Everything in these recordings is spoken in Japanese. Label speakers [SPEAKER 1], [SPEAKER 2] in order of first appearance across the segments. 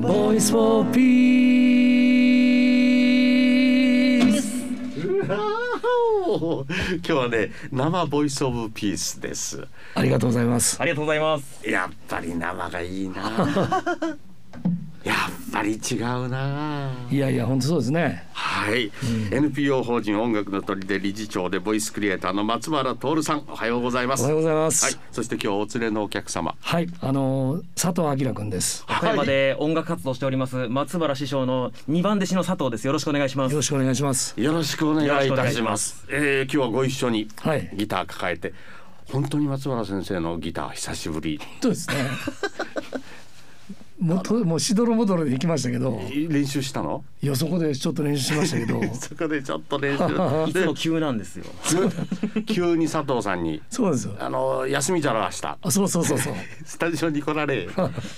[SPEAKER 1] voice for peace
[SPEAKER 2] うわー 今日はね生ボイスオブピースです
[SPEAKER 1] ありがとうございます
[SPEAKER 3] ありがとうございます。
[SPEAKER 2] やっぱり生がいいなやっぱり違うない
[SPEAKER 1] やいや本当そうですね
[SPEAKER 2] はい、NPO 法人音楽の鳥で理事長でボイスクリエイターの松原徹さんおはようございます
[SPEAKER 1] おはようございま
[SPEAKER 2] はい
[SPEAKER 1] す、
[SPEAKER 2] そして今日お連れのお客様
[SPEAKER 1] はい、あのー佐藤明君です
[SPEAKER 3] 岡山で音楽活動しております松原師匠の二番弟子の佐藤です。よろしくお願いしま
[SPEAKER 1] よ
[SPEAKER 3] す
[SPEAKER 1] ろ。しくお願いします
[SPEAKER 2] よろしくお願いいたしますえー今日はご一緒に
[SPEAKER 1] はい
[SPEAKER 2] ギター抱えて、本当に松原先生のギター久しぶり
[SPEAKER 1] そうですねもうともうしどろもどろで行きましたけど
[SPEAKER 2] 練習したの
[SPEAKER 1] よそこでちょっと練習しましたけど
[SPEAKER 2] そこでちょっと練
[SPEAKER 3] い
[SPEAKER 2] 習
[SPEAKER 3] つ
[SPEAKER 2] で
[SPEAKER 3] も急なんですよ。
[SPEAKER 2] 急に佐藤さんに
[SPEAKER 1] そうですよ
[SPEAKER 2] あの休みじゃらした
[SPEAKER 1] あそうそうそうそう
[SPEAKER 2] スタジオに来られ、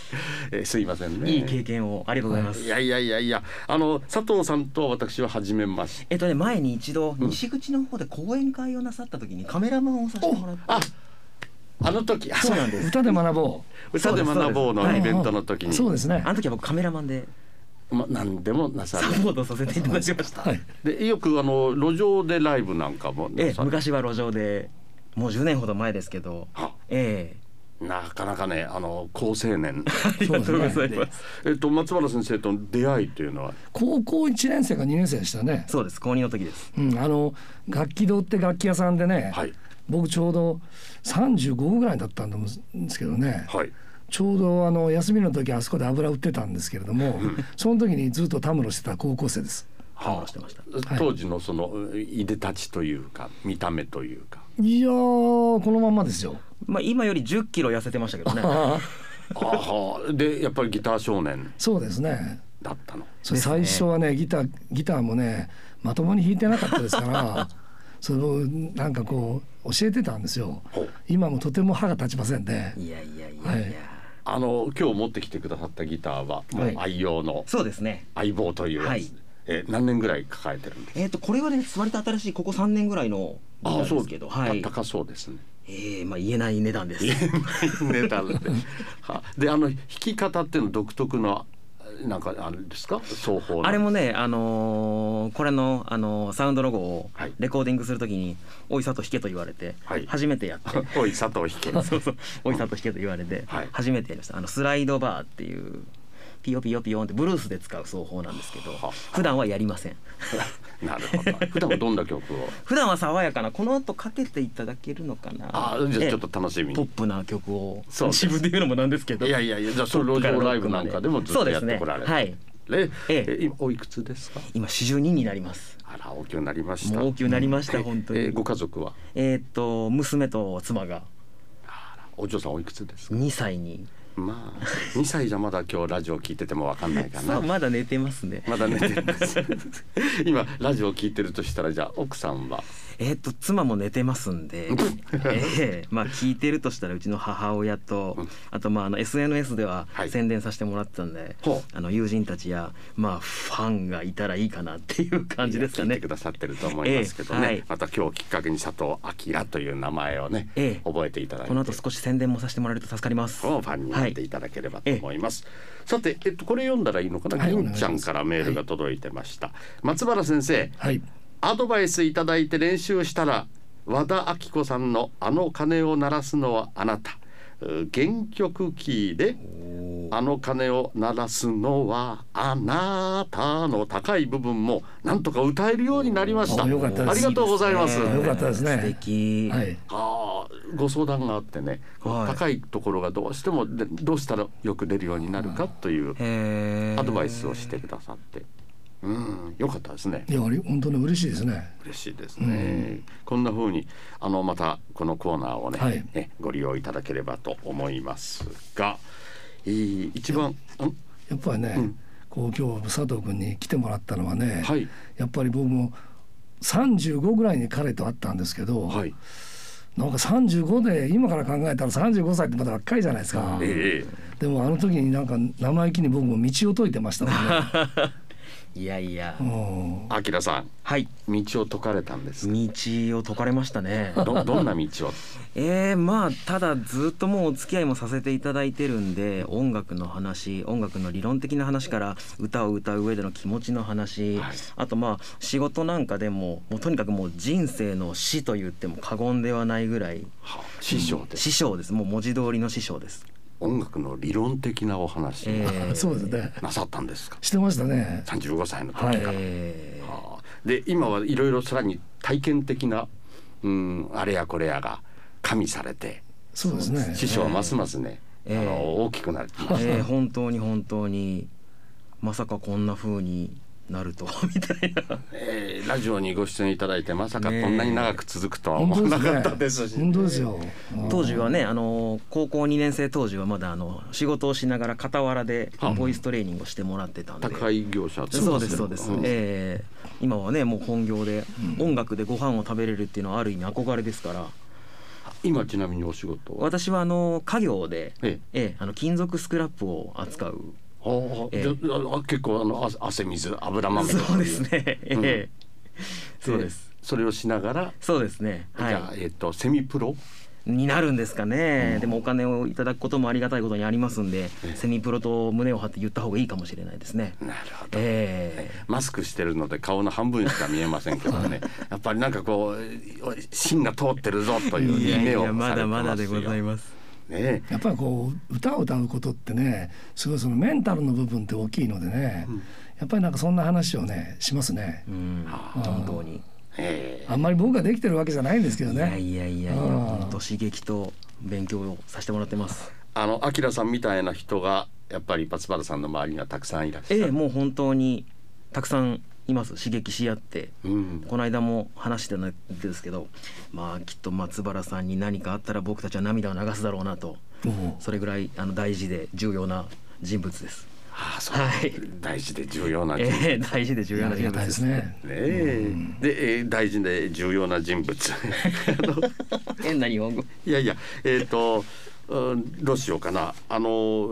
[SPEAKER 2] えーすいませんね
[SPEAKER 3] いい経験をありがとうございます。
[SPEAKER 2] いやいやいやいやあの佐藤さんと私は初めまして
[SPEAKER 3] えっとね前に一度西口の方で講演会をなさった時にカメラマンをさせてもらった。
[SPEAKER 2] ああの時あ
[SPEAKER 3] そうなんです。
[SPEAKER 1] 歌で学ぼ
[SPEAKER 2] 歌で学ぼう
[SPEAKER 3] そう
[SPEAKER 2] の
[SPEAKER 3] で
[SPEAKER 2] イ
[SPEAKER 3] す
[SPEAKER 2] ベントの時
[SPEAKER 1] う
[SPEAKER 2] に
[SPEAKER 1] そうですね
[SPEAKER 3] あの時は僕カメラマンで
[SPEAKER 2] ま、何でもなさ
[SPEAKER 3] サ
[SPEAKER 2] る
[SPEAKER 3] ポートさせていただきました。
[SPEAKER 1] はい
[SPEAKER 2] でよくあの路上でライブなんかもな
[SPEAKER 3] ええ
[SPEAKER 2] さる
[SPEAKER 3] 昔は路上でもう10年ほど前ですけど。
[SPEAKER 2] あ
[SPEAKER 3] ええ
[SPEAKER 2] なかなかねあの高青 年
[SPEAKER 3] ありがとうございます。
[SPEAKER 2] えっと松原先生との出会いというのは
[SPEAKER 1] 高校一年生か二年生でしたね
[SPEAKER 3] そうです。高二の時です。
[SPEAKER 1] うん、あの楽器堂って楽器屋さんでね、
[SPEAKER 2] はい
[SPEAKER 1] 僕ちょうど35ぐらいだったんですけどね、
[SPEAKER 2] はい
[SPEAKER 1] ちょうどあの休みの時あそこで油売ってたんですけれどもその時にずっとたむろしてた高校生です
[SPEAKER 3] ハモしてました。
[SPEAKER 2] 当時のそのいでたちというか見た目というか
[SPEAKER 1] いやーこのまんまですよ
[SPEAKER 3] まあ今より10キロ痩せてましたけどね。
[SPEAKER 1] ああ
[SPEAKER 2] ああでやっぱりギター少年
[SPEAKER 1] そうですね
[SPEAKER 2] だったの
[SPEAKER 1] それ最初はねギターギターもねまともに弾いてなかったですから それをなんかこう教えてたんですよ
[SPEAKER 2] ほう
[SPEAKER 1] 今もとても歯が立ちませんで
[SPEAKER 3] いやいやいやいや。
[SPEAKER 1] はい
[SPEAKER 2] あの今日持ってきてくださったギターはも
[SPEAKER 3] は
[SPEAKER 2] う
[SPEAKER 3] い
[SPEAKER 2] 愛用の
[SPEAKER 3] そうですね。
[SPEAKER 2] 相棒というやつ、
[SPEAKER 3] はい
[SPEAKER 2] え何年ぐらい抱えてるんです
[SPEAKER 3] えっ、とこれはね割と新しいここ3年ぐらいのギタ
[SPEAKER 2] ああ
[SPEAKER 3] ー
[SPEAKER 2] そ
[SPEAKER 3] で
[SPEAKER 2] う
[SPEAKER 3] すけど、
[SPEAKER 2] は
[SPEAKER 3] はい。
[SPEAKER 2] 高そうですね。
[SPEAKER 3] ええまあ言えない値段です。
[SPEAKER 2] ネタで。はであの弾き方っていうの独特のなんかあれですか奏法の
[SPEAKER 3] あれもねあのーこれのあのーサウンドロゴを
[SPEAKER 2] はい
[SPEAKER 3] レコーディングするときに「おいさと弾け」と言われて、
[SPEAKER 2] はい。
[SPEAKER 3] 初めてやって
[SPEAKER 2] おい佐藤弾け ます。
[SPEAKER 3] そうそう「おいさと弾け」と言われて、
[SPEAKER 2] はい
[SPEAKER 3] 初めてやりましたあのスライドバーっていうピヨピヨピヨンってブルースで使う奏法なんですけど
[SPEAKER 2] は
[SPEAKER 3] 普段はやりません
[SPEAKER 2] なるほど。普段はどんな曲を。
[SPEAKER 3] 普段は爽やかなこの後かけていただけるのかな
[SPEAKER 2] あじゃあちょっと楽しみ
[SPEAKER 3] ポッ
[SPEAKER 2] に。
[SPEAKER 3] プな曲を
[SPEAKER 2] そうです
[SPEAKER 3] 自分で言うのもなんですけど
[SPEAKER 2] いやいやいやじゃあそれ路上ライブなんかでもずっとやってこられ
[SPEAKER 3] そうですね
[SPEAKER 2] ね
[SPEAKER 3] はい
[SPEAKER 2] はい。
[SPEAKER 3] ええ
[SPEAKER 2] え今おいくつですか。
[SPEAKER 3] 今四十二になります
[SPEAKER 2] あら大きくなりました。
[SPEAKER 3] もう大きくなりました、
[SPEAKER 2] え
[SPEAKER 3] 本当に
[SPEAKER 2] え
[SPEAKER 3] え
[SPEAKER 2] ご家族は。
[SPEAKER 3] ーっと娘と妻が
[SPEAKER 2] あらお嬢さんおいくつですか。
[SPEAKER 3] 二歳に
[SPEAKER 2] まあ2歳じゃまだ今日ラジオ聞いててもわかんないか
[SPEAKER 3] さ
[SPEAKER 2] な
[SPEAKER 3] あ。まだ寝てますね、
[SPEAKER 2] まだ寝てるん です。今ラジオ聞いてるとしたらじゃあ奥さんは。
[SPEAKER 3] えーっと妻も寝てますんでえーまあ聞いてるとしたらうちの母親とあとまああの SNS では
[SPEAKER 2] はい
[SPEAKER 3] 宣伝させてもらってたんで、
[SPEAKER 2] ほう
[SPEAKER 3] あの友人たちやまあファンがいたらいいかなっていう感じですか
[SPEAKER 2] 聞い
[SPEAKER 3] ね
[SPEAKER 2] てくださってると思いますけどね、
[SPEAKER 3] ええはい
[SPEAKER 2] また今日をきっかけに佐藤明という名前をね、
[SPEAKER 3] ええ
[SPEAKER 2] 覚えていただいて
[SPEAKER 3] この後少し宣伝もさせてもらえると助かります
[SPEAKER 2] ファンになっていただければと思います、さて、えっと、これ読んだらいいのかな、
[SPEAKER 1] はい
[SPEAKER 2] 銀ちゃんからメールが届いてました、松原先生
[SPEAKER 1] はい
[SPEAKER 2] アドバイスいただいて練習したら和田アキ子さんの「あの鐘を鳴らすのはあなた」う原曲キーで「あの鐘を鳴らすのはあなた」の高い部分もなんとか歌えるようになりました。
[SPEAKER 1] おーよかったです
[SPEAKER 2] ありがとうございます。
[SPEAKER 1] よかったですね
[SPEAKER 3] 素敵、
[SPEAKER 1] はい
[SPEAKER 2] ああご相談があってね、
[SPEAKER 3] はい
[SPEAKER 2] 高いところがどうしてもでどうしたらよく出るようになるかという
[SPEAKER 3] へー
[SPEAKER 2] アドバイスをしてくださって、うん良かったですね
[SPEAKER 1] いやあれ本当に嬉しいですね
[SPEAKER 2] 嬉しいですね、こんな風にあのまたこのコーナーをね,、
[SPEAKER 1] はい
[SPEAKER 2] ねご利用いただければと思いますが、えー一番ん
[SPEAKER 1] やっぱりね、
[SPEAKER 2] うん
[SPEAKER 1] こう今日佐藤君に来てもらったのはね、
[SPEAKER 2] はい
[SPEAKER 1] やっぱり僕も35ぐらいに彼と会ったんですけど、
[SPEAKER 2] はい
[SPEAKER 1] なんか35で今から考えたら35歳ってまだ若いじゃないですか、
[SPEAKER 2] ええ
[SPEAKER 1] でもあの時になんか生意気に僕も道を解いてましたもんね
[SPEAKER 3] いやいや
[SPEAKER 1] う。 ん
[SPEAKER 2] あきらさん
[SPEAKER 3] はい。
[SPEAKER 2] 道を解かれたんです
[SPEAKER 3] 道を解かれまし たね。
[SPEAKER 2] どどんな道を
[SPEAKER 3] えー、まあただずっともうお付き合いもさせていただいてるんで音楽の話音楽の理論的な話から歌を歌う上での気持ちの話、
[SPEAKER 2] はい
[SPEAKER 3] あとまあ仕事なんかでももうとにかくもう人生の師と言っても過言ではないぐらい
[SPEAKER 2] は師匠で
[SPEAKER 3] 師匠ですもう文字通りの師匠です。
[SPEAKER 2] 音楽の理論的なお話
[SPEAKER 3] えー
[SPEAKER 1] そうですね
[SPEAKER 2] なさったんですか
[SPEAKER 1] してましたね
[SPEAKER 2] 35歳の時
[SPEAKER 1] はい
[SPEAKER 2] から、
[SPEAKER 3] えー
[SPEAKER 2] はあで今はいろいろさらに体験的な、うん、あれやこれやが加味されて
[SPEAKER 1] そうですね
[SPEAKER 2] 師匠はますますね、
[SPEAKER 3] ええ
[SPEAKER 2] あの大きくなる、
[SPEAKER 3] えー本当に本当にまさかこんな風になるとはみたいな
[SPEAKER 2] えーラジオにご出演いただいてまさかこんなに長く続くとは
[SPEAKER 1] 本
[SPEAKER 2] 思
[SPEAKER 1] 当で
[SPEAKER 2] わな
[SPEAKER 1] す
[SPEAKER 2] か
[SPEAKER 1] ね
[SPEAKER 2] ったですし、
[SPEAKER 1] 本当ですよ
[SPEAKER 3] 当時はねあの高校2年生当時はまだあの仕事をしながら傍らで
[SPEAKER 2] はあ
[SPEAKER 3] ボイストレーニングをしてもらってたんで。
[SPEAKER 2] 宅配業者って
[SPEAKER 3] そうですそうです、
[SPEAKER 2] ん
[SPEAKER 3] えー今はねもう本業で音楽でご飯を食べれるっていうのはある意味憧れですから
[SPEAKER 2] 今ちなみにお仕事は
[SPEAKER 3] 私はあの家業で、
[SPEAKER 2] え
[SPEAKER 3] えーあの金属スクラップを扱う
[SPEAKER 2] ああ
[SPEAKER 3] ええ
[SPEAKER 2] じゃああ結構あのあ汗水油まみれとい
[SPEAKER 3] そうですね、え
[SPEAKER 2] うん
[SPEAKER 3] ーそうです
[SPEAKER 2] それをしながら
[SPEAKER 3] そうですねはい
[SPEAKER 2] じゃあ、えっとセミプロ
[SPEAKER 3] になるんですかね、でもお金をいただくこともありがたいことにありますんで、セミプロと胸を張って言った方がいいかもしれないですね。
[SPEAKER 2] なるほど、
[SPEAKER 3] え
[SPEAKER 2] マスクしてるので顔の半分しか見えませんけど ねやっぱりなんかこう芯が通ってるぞと
[SPEAKER 3] え
[SPEAKER 2] いういい目をされてますよ
[SPEAKER 3] まだまだでござい
[SPEAKER 2] ね
[SPEAKER 3] ます。
[SPEAKER 2] え
[SPEAKER 1] やっぱりこう歌を歌うことってねすごいそのメンタルの部分って大きいのでね、やっぱりなんかそんな話をねしますね、
[SPEAKER 3] うん、本当に。
[SPEAKER 2] ええ
[SPEAKER 1] あんまり僕ができてるわけじゃないんですけど
[SPEAKER 3] い
[SPEAKER 1] ね
[SPEAKER 3] やいやいやいや、
[SPEAKER 1] うん
[SPEAKER 3] 本当刺激と勉強をさせてもらってます。
[SPEAKER 2] あのアキラさんみたいな人がやっぱり松原さんの周りにはたくさんいらっしゃ
[SPEAKER 3] え
[SPEAKER 2] る、
[SPEAKER 3] えもう本当にたくさんいます。刺激し合って。
[SPEAKER 2] うん、
[SPEAKER 3] この間も話してたんですけど、まあきっと松原さんに何かあったら僕たちは涙を流すだろうなと、
[SPEAKER 1] おう
[SPEAKER 3] それぐらいあの大事で重要な人物です。
[SPEAKER 2] ああそう、
[SPEAKER 3] はい
[SPEAKER 2] 大事で重要な人物
[SPEAKER 3] ええ大事で重要
[SPEAKER 1] あ
[SPEAKER 3] な
[SPEAKER 1] り
[SPEAKER 3] 人
[SPEAKER 1] がたい
[SPEAKER 3] 物で
[SPEAKER 1] ですすね
[SPEAKER 2] ねえで、えー大事で重要な人物 あの
[SPEAKER 3] え何を
[SPEAKER 2] いやいやえっ、とうんどうしようかなあの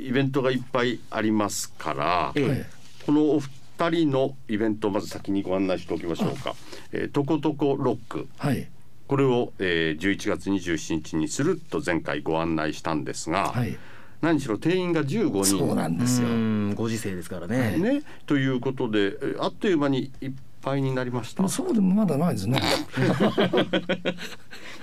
[SPEAKER 2] イベントがいっぱいありますから
[SPEAKER 3] ええ
[SPEAKER 1] はい
[SPEAKER 2] このお二人のイベントをまず先にご案内しておきましょうか「えートコトコロック
[SPEAKER 1] はい」
[SPEAKER 2] これを、えー、11月27日にすると前回ご案内したんですが、
[SPEAKER 1] はい
[SPEAKER 2] 何しろ定員が15人
[SPEAKER 1] そうなんですよ
[SPEAKER 3] うんご時世ですからね。
[SPEAKER 2] ねということで、えーあっという間にいっぱいになりました。
[SPEAKER 1] そうでもまだないですね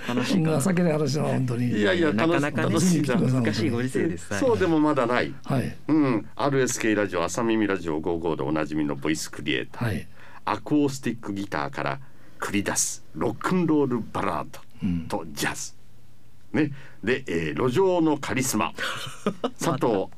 [SPEAKER 3] 楽しいかな。
[SPEAKER 1] 情けない話だな本当に
[SPEAKER 2] いやいや
[SPEAKER 3] なかなかね
[SPEAKER 2] 楽しいな
[SPEAKER 3] 難しいご時世です。はい
[SPEAKER 2] そうでもまだない。
[SPEAKER 1] はい
[SPEAKER 2] うん、RSK ラジオ朝耳ラジオ55でおなじみのボイスクリエイター、
[SPEAKER 1] はい
[SPEAKER 2] アコースティックギターから繰り出すロックンロールバラードとジャズ、ね、で、えー路上のカリ スマ佐藤明、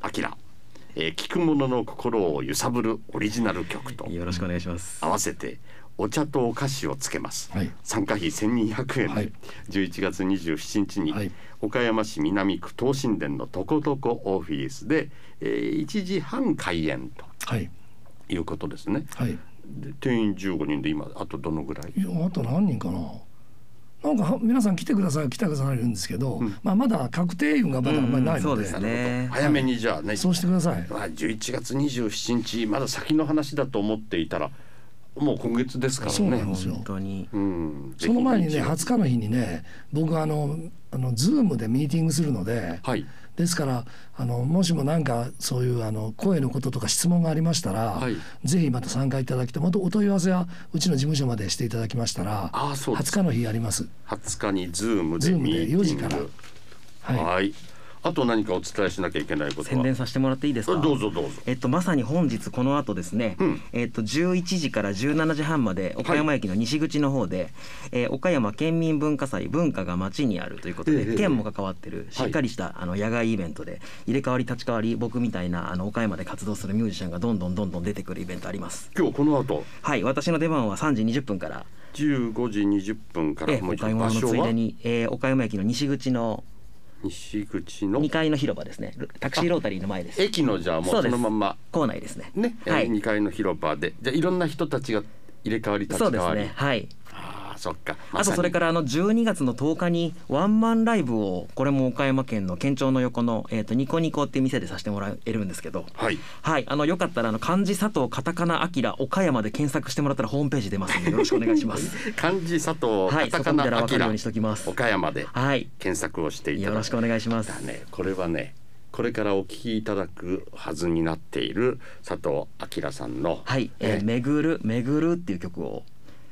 [SPEAKER 2] えー聞く者の心を揺さぶるオリジナル曲と
[SPEAKER 3] よろしくお願いします。
[SPEAKER 2] 合わせてお茶とお菓子をつけます、
[SPEAKER 1] はい
[SPEAKER 2] 参加費1200円で、
[SPEAKER 1] はい
[SPEAKER 2] 11月27日に、
[SPEAKER 1] はい
[SPEAKER 2] 岡山市南区東新殿のとことこオフィスで、えー1時半開演と
[SPEAKER 1] はい
[SPEAKER 2] いうことですね
[SPEAKER 1] はい
[SPEAKER 2] で定員15人で今あとどのぐらい
[SPEAKER 1] いやあと何人かななんかは皆さん来てください来てくださるんですけど、まあまだ確定運がまだあんまりないので,、
[SPEAKER 3] うんそうですね
[SPEAKER 2] 早めにじゃあね、
[SPEAKER 1] そうしてください
[SPEAKER 2] まあ、11月27日まだ先の話だと思っていたらもう今月ですから
[SPEAKER 1] そうなん
[SPEAKER 2] ね
[SPEAKER 1] ですよ
[SPEAKER 3] 本当に。
[SPEAKER 2] うん
[SPEAKER 1] その前にね
[SPEAKER 2] ぜひ
[SPEAKER 1] 20日の日にね僕あのあの Zoom でミーティングするので、
[SPEAKER 2] はい
[SPEAKER 1] ですからあのもしも何かそういうあの声のこととか質問がありましたら、
[SPEAKER 2] はい
[SPEAKER 1] ぜひまた参加いただきたいまたお問い合わせはうちの事務所までしていただきましたら
[SPEAKER 2] ああそうです
[SPEAKER 1] 20日の日やります。
[SPEAKER 2] 20日にズームで
[SPEAKER 1] Zoom で
[SPEAKER 2] ミーティング
[SPEAKER 1] 4時からはい
[SPEAKER 2] はい。あと何かお伝えしなきゃいけないことは。
[SPEAKER 3] 宣伝させてもらっていいですか。
[SPEAKER 2] どうぞどうぞ。
[SPEAKER 3] えっと、まさに本日この後ですね、
[SPEAKER 2] うん
[SPEAKER 3] えっと、11時から17時半まで岡山駅の西口の方で、えー岡山県民文化祭文化が街にあるということで、
[SPEAKER 2] ええ
[SPEAKER 3] 県も関わってるしっかりした、あの野外イベントで入れ替わり立ち替わり僕みたいなあの岡山で活動するミュージシャンがどんどんどんどん出てくるイベントあります。
[SPEAKER 2] 今日この後
[SPEAKER 3] はい私の出番は3時20分から、
[SPEAKER 2] 15時20分か
[SPEAKER 3] え
[SPEAKER 2] ら
[SPEAKER 3] ー
[SPEAKER 2] もう
[SPEAKER 3] お
[SPEAKER 2] 一
[SPEAKER 3] 買
[SPEAKER 2] 度
[SPEAKER 3] い
[SPEAKER 2] 場
[SPEAKER 3] 物の
[SPEAKER 2] 所
[SPEAKER 3] つい
[SPEAKER 2] は
[SPEAKER 3] でに、えー岡山駅の西口の
[SPEAKER 2] 西口の
[SPEAKER 3] 2階の広場ですねタクシーロータリーの前です
[SPEAKER 2] 駅のじゃあも
[SPEAKER 3] そう
[SPEAKER 2] そ
[SPEAKER 3] うです
[SPEAKER 2] のまんま
[SPEAKER 3] 構内ですね
[SPEAKER 2] ね、
[SPEAKER 3] はい
[SPEAKER 2] 2階の広場でじゃあいろんな人たちが入れ替わり立ち
[SPEAKER 3] そう
[SPEAKER 2] 替
[SPEAKER 3] です
[SPEAKER 2] わり。
[SPEAKER 3] ねはい
[SPEAKER 2] ああそっか。。
[SPEAKER 3] あとそれかららあの12月の10日にワンマンライブをこれも岡山県の県庁の横の、えー、とニコニコって店でさせてもらえるんですけど、
[SPEAKER 2] はい。
[SPEAKER 3] はい、あのよかったらあの漢字佐藤カタカナアキラ岡山で検索してもらったらホームページ出ますのでよろしくお願いしま す
[SPEAKER 2] 漢字佐藤、
[SPEAKER 3] はい
[SPEAKER 2] カタ
[SPEAKER 3] そこ
[SPEAKER 2] カ
[SPEAKER 3] 見
[SPEAKER 2] ナ
[SPEAKER 3] たら
[SPEAKER 2] ア
[SPEAKER 3] 分か
[SPEAKER 2] キ
[SPEAKER 3] る
[SPEAKER 2] ラ
[SPEAKER 3] ようにしときます
[SPEAKER 2] 岡山で
[SPEAKER 3] はい
[SPEAKER 2] 検索をしていた
[SPEAKER 3] よ
[SPEAKER 2] だ
[SPEAKER 3] ろ
[SPEAKER 2] き
[SPEAKER 3] しくお願いします
[SPEAKER 2] だねこれはねこれからお聞きいただくはずになっている佐藤明さんの、
[SPEAKER 3] はい「えー、
[SPEAKER 2] ね
[SPEAKER 3] めぐるめぐる」っていう曲を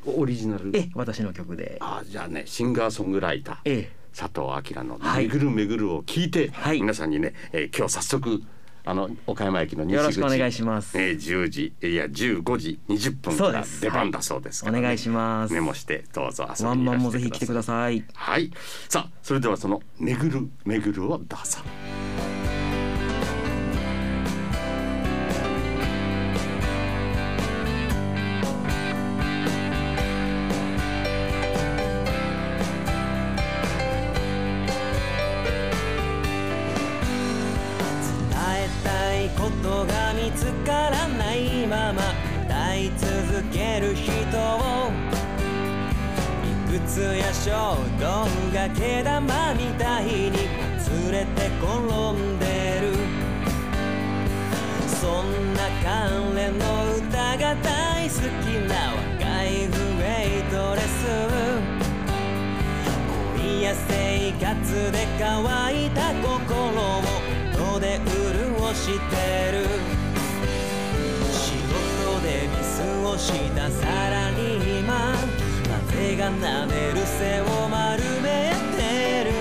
[SPEAKER 2] オリジナル
[SPEAKER 3] え私の曲で
[SPEAKER 2] あじゃあねシンガーソングライター
[SPEAKER 3] え
[SPEAKER 2] 佐藤明の「
[SPEAKER 3] はい
[SPEAKER 2] めぐるめぐる」を聞いて、
[SPEAKER 3] はい
[SPEAKER 2] 皆さんにね、えー今日早速あの岡山駅の西口
[SPEAKER 3] よろしくお願いします
[SPEAKER 2] えー、10時いや15時20分か
[SPEAKER 3] そう
[SPEAKER 2] ら
[SPEAKER 3] です
[SPEAKER 2] 出番だそうです
[SPEAKER 3] お
[SPEAKER 2] からね、
[SPEAKER 3] 願いします
[SPEAKER 2] メモしてどうぞ遊
[SPEAKER 3] ワ
[SPEAKER 2] びに
[SPEAKER 3] ン
[SPEAKER 2] い
[SPEAKER 3] マ
[SPEAKER 2] ら
[SPEAKER 3] ン
[SPEAKER 2] し
[SPEAKER 3] も
[SPEAKER 2] て
[SPEAKER 3] ぜひ
[SPEAKER 2] くださ
[SPEAKER 3] 来て
[SPEAKER 2] い
[SPEAKER 3] ください
[SPEAKER 2] はいさあそれではその「めぐるめぐる」をどうぞ。
[SPEAKER 4] 伝えたいことが見つからないまま歌い続ける人をいくつや衝動が毛玉みたいに連れて転んでるそんな関連の歌が大好きな若いウェイトレス恋や生活で乾いた心を音で潤してる仕事でミスをしたさらに今風がなめる背を丸めてる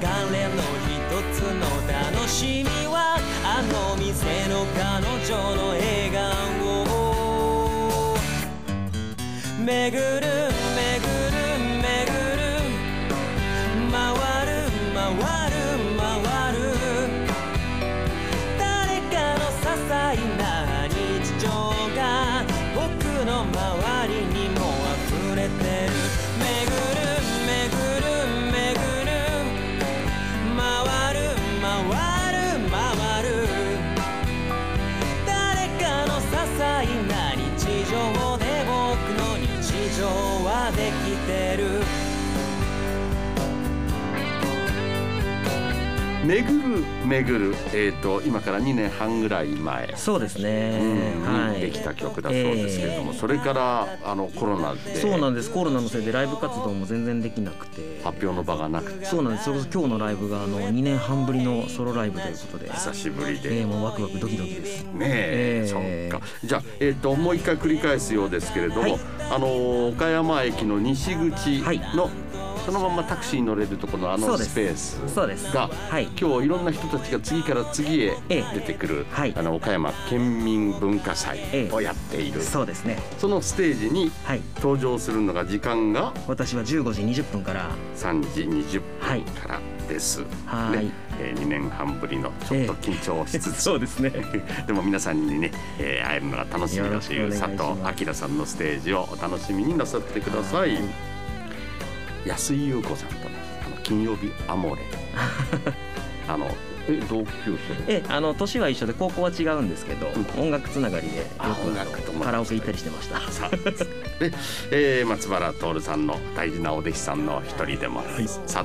[SPEAKER 4] 彼の一つの楽しみはあの店の彼女の笑顔を巡る巡る巡る回る回る回る誰かの些細な日常が僕の周りにも溢れてる巡る巡る巡る回る回る回る誰かの些細な日常で僕の日常はできてる
[SPEAKER 2] めぐるめぐる、えー、と今から2年半ぐらい前、
[SPEAKER 3] そうです
[SPEAKER 2] う
[SPEAKER 3] ね
[SPEAKER 2] ん
[SPEAKER 3] はい
[SPEAKER 2] できた曲だそうですけれども、それからあのコロナで
[SPEAKER 3] そうなんですコロナのせいでライブ活動も全然できなくて
[SPEAKER 2] 発表の場がなくて
[SPEAKER 3] そうなんですそれこそ今日のライブがあの2年半ぶりのソロライブということで、
[SPEAKER 2] 久しぶりで。
[SPEAKER 3] えー、もうワクワクドキドキです
[SPEAKER 2] ねえ
[SPEAKER 3] ええ
[SPEAKER 2] そっかじゃあ、えー、ともう一回繰り返すようですけれども、
[SPEAKER 3] はい
[SPEAKER 2] あのー岡山駅の西口
[SPEAKER 3] はい
[SPEAKER 2] の、そのままタクシーに乗れるところのあ
[SPEAKER 3] そ
[SPEAKER 2] の
[SPEAKER 3] うです
[SPEAKER 2] スペース
[SPEAKER 3] そうです
[SPEAKER 2] が、
[SPEAKER 3] はい
[SPEAKER 2] 今日いろんな人たちが次から次へ
[SPEAKER 3] え
[SPEAKER 2] 出
[SPEAKER 3] え
[SPEAKER 2] てくる、
[SPEAKER 3] はい
[SPEAKER 2] あの岡山県民文化祭
[SPEAKER 3] ええ
[SPEAKER 2] をやっている、
[SPEAKER 3] そうですね
[SPEAKER 2] そのステージに
[SPEAKER 3] はい
[SPEAKER 2] 登場するのが時間が
[SPEAKER 3] 私は15時20 分から
[SPEAKER 2] 3時20
[SPEAKER 3] はい
[SPEAKER 2] 分からです。
[SPEAKER 3] はい
[SPEAKER 2] ねえー、2年半ぶりのちょっと緊張しつつ、
[SPEAKER 3] うですね
[SPEAKER 2] でも皆さんにね、えー会えるのが楽しみだとい
[SPEAKER 3] よ
[SPEAKER 2] う
[SPEAKER 3] ろしく
[SPEAKER 2] 佐
[SPEAKER 3] お願いし
[SPEAKER 2] 藤
[SPEAKER 3] ます
[SPEAKER 2] 明さんのステージをお楽しみになさってください。安井優子さんとね、あの金曜日アモ レ、あのえ同級生。
[SPEAKER 3] えあの年は一緒で高校は違うんですけど、
[SPEAKER 2] う
[SPEAKER 3] 音楽つながりでよく
[SPEAKER 2] あ音楽とも
[SPEAKER 3] カラオケ行ったりしてました
[SPEAKER 2] さあで、えー松原徹さんの大事なお弟子さんの一人でもある、佐藤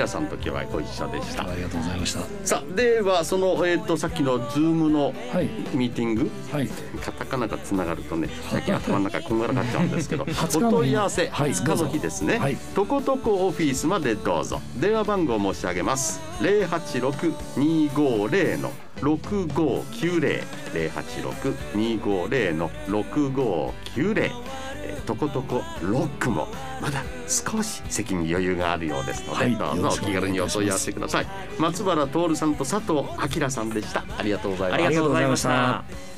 [SPEAKER 2] 明さんと今日はご一緒でした。
[SPEAKER 1] ありがとうございました。
[SPEAKER 2] さあではその、えー、とさっきのズームの
[SPEAKER 1] はい
[SPEAKER 2] ミーティング、
[SPEAKER 1] はい。
[SPEAKER 2] カタカナがつながるとね最近頭の中こんがらがっちゃうん ですけどお
[SPEAKER 1] 20日の日
[SPEAKER 2] 問い合わせ
[SPEAKER 1] はい
[SPEAKER 2] 20日の日ですね、
[SPEAKER 1] はい
[SPEAKER 2] とことこオフィスまでどうぞ電話番号を申し上げます086250の6590 086250の6590えーとことこロックもまだ少し席に余裕があるようですので、
[SPEAKER 1] はい
[SPEAKER 2] ど
[SPEAKER 1] よ
[SPEAKER 2] うぞ
[SPEAKER 1] ろ
[SPEAKER 2] お
[SPEAKER 1] しくお
[SPEAKER 2] 気
[SPEAKER 1] 願いいたします
[SPEAKER 2] 軽にお問い合わせください松原徹さんと佐藤明さんでしたありがとうございます
[SPEAKER 1] ありがとうございました
[SPEAKER 3] ありがとうございました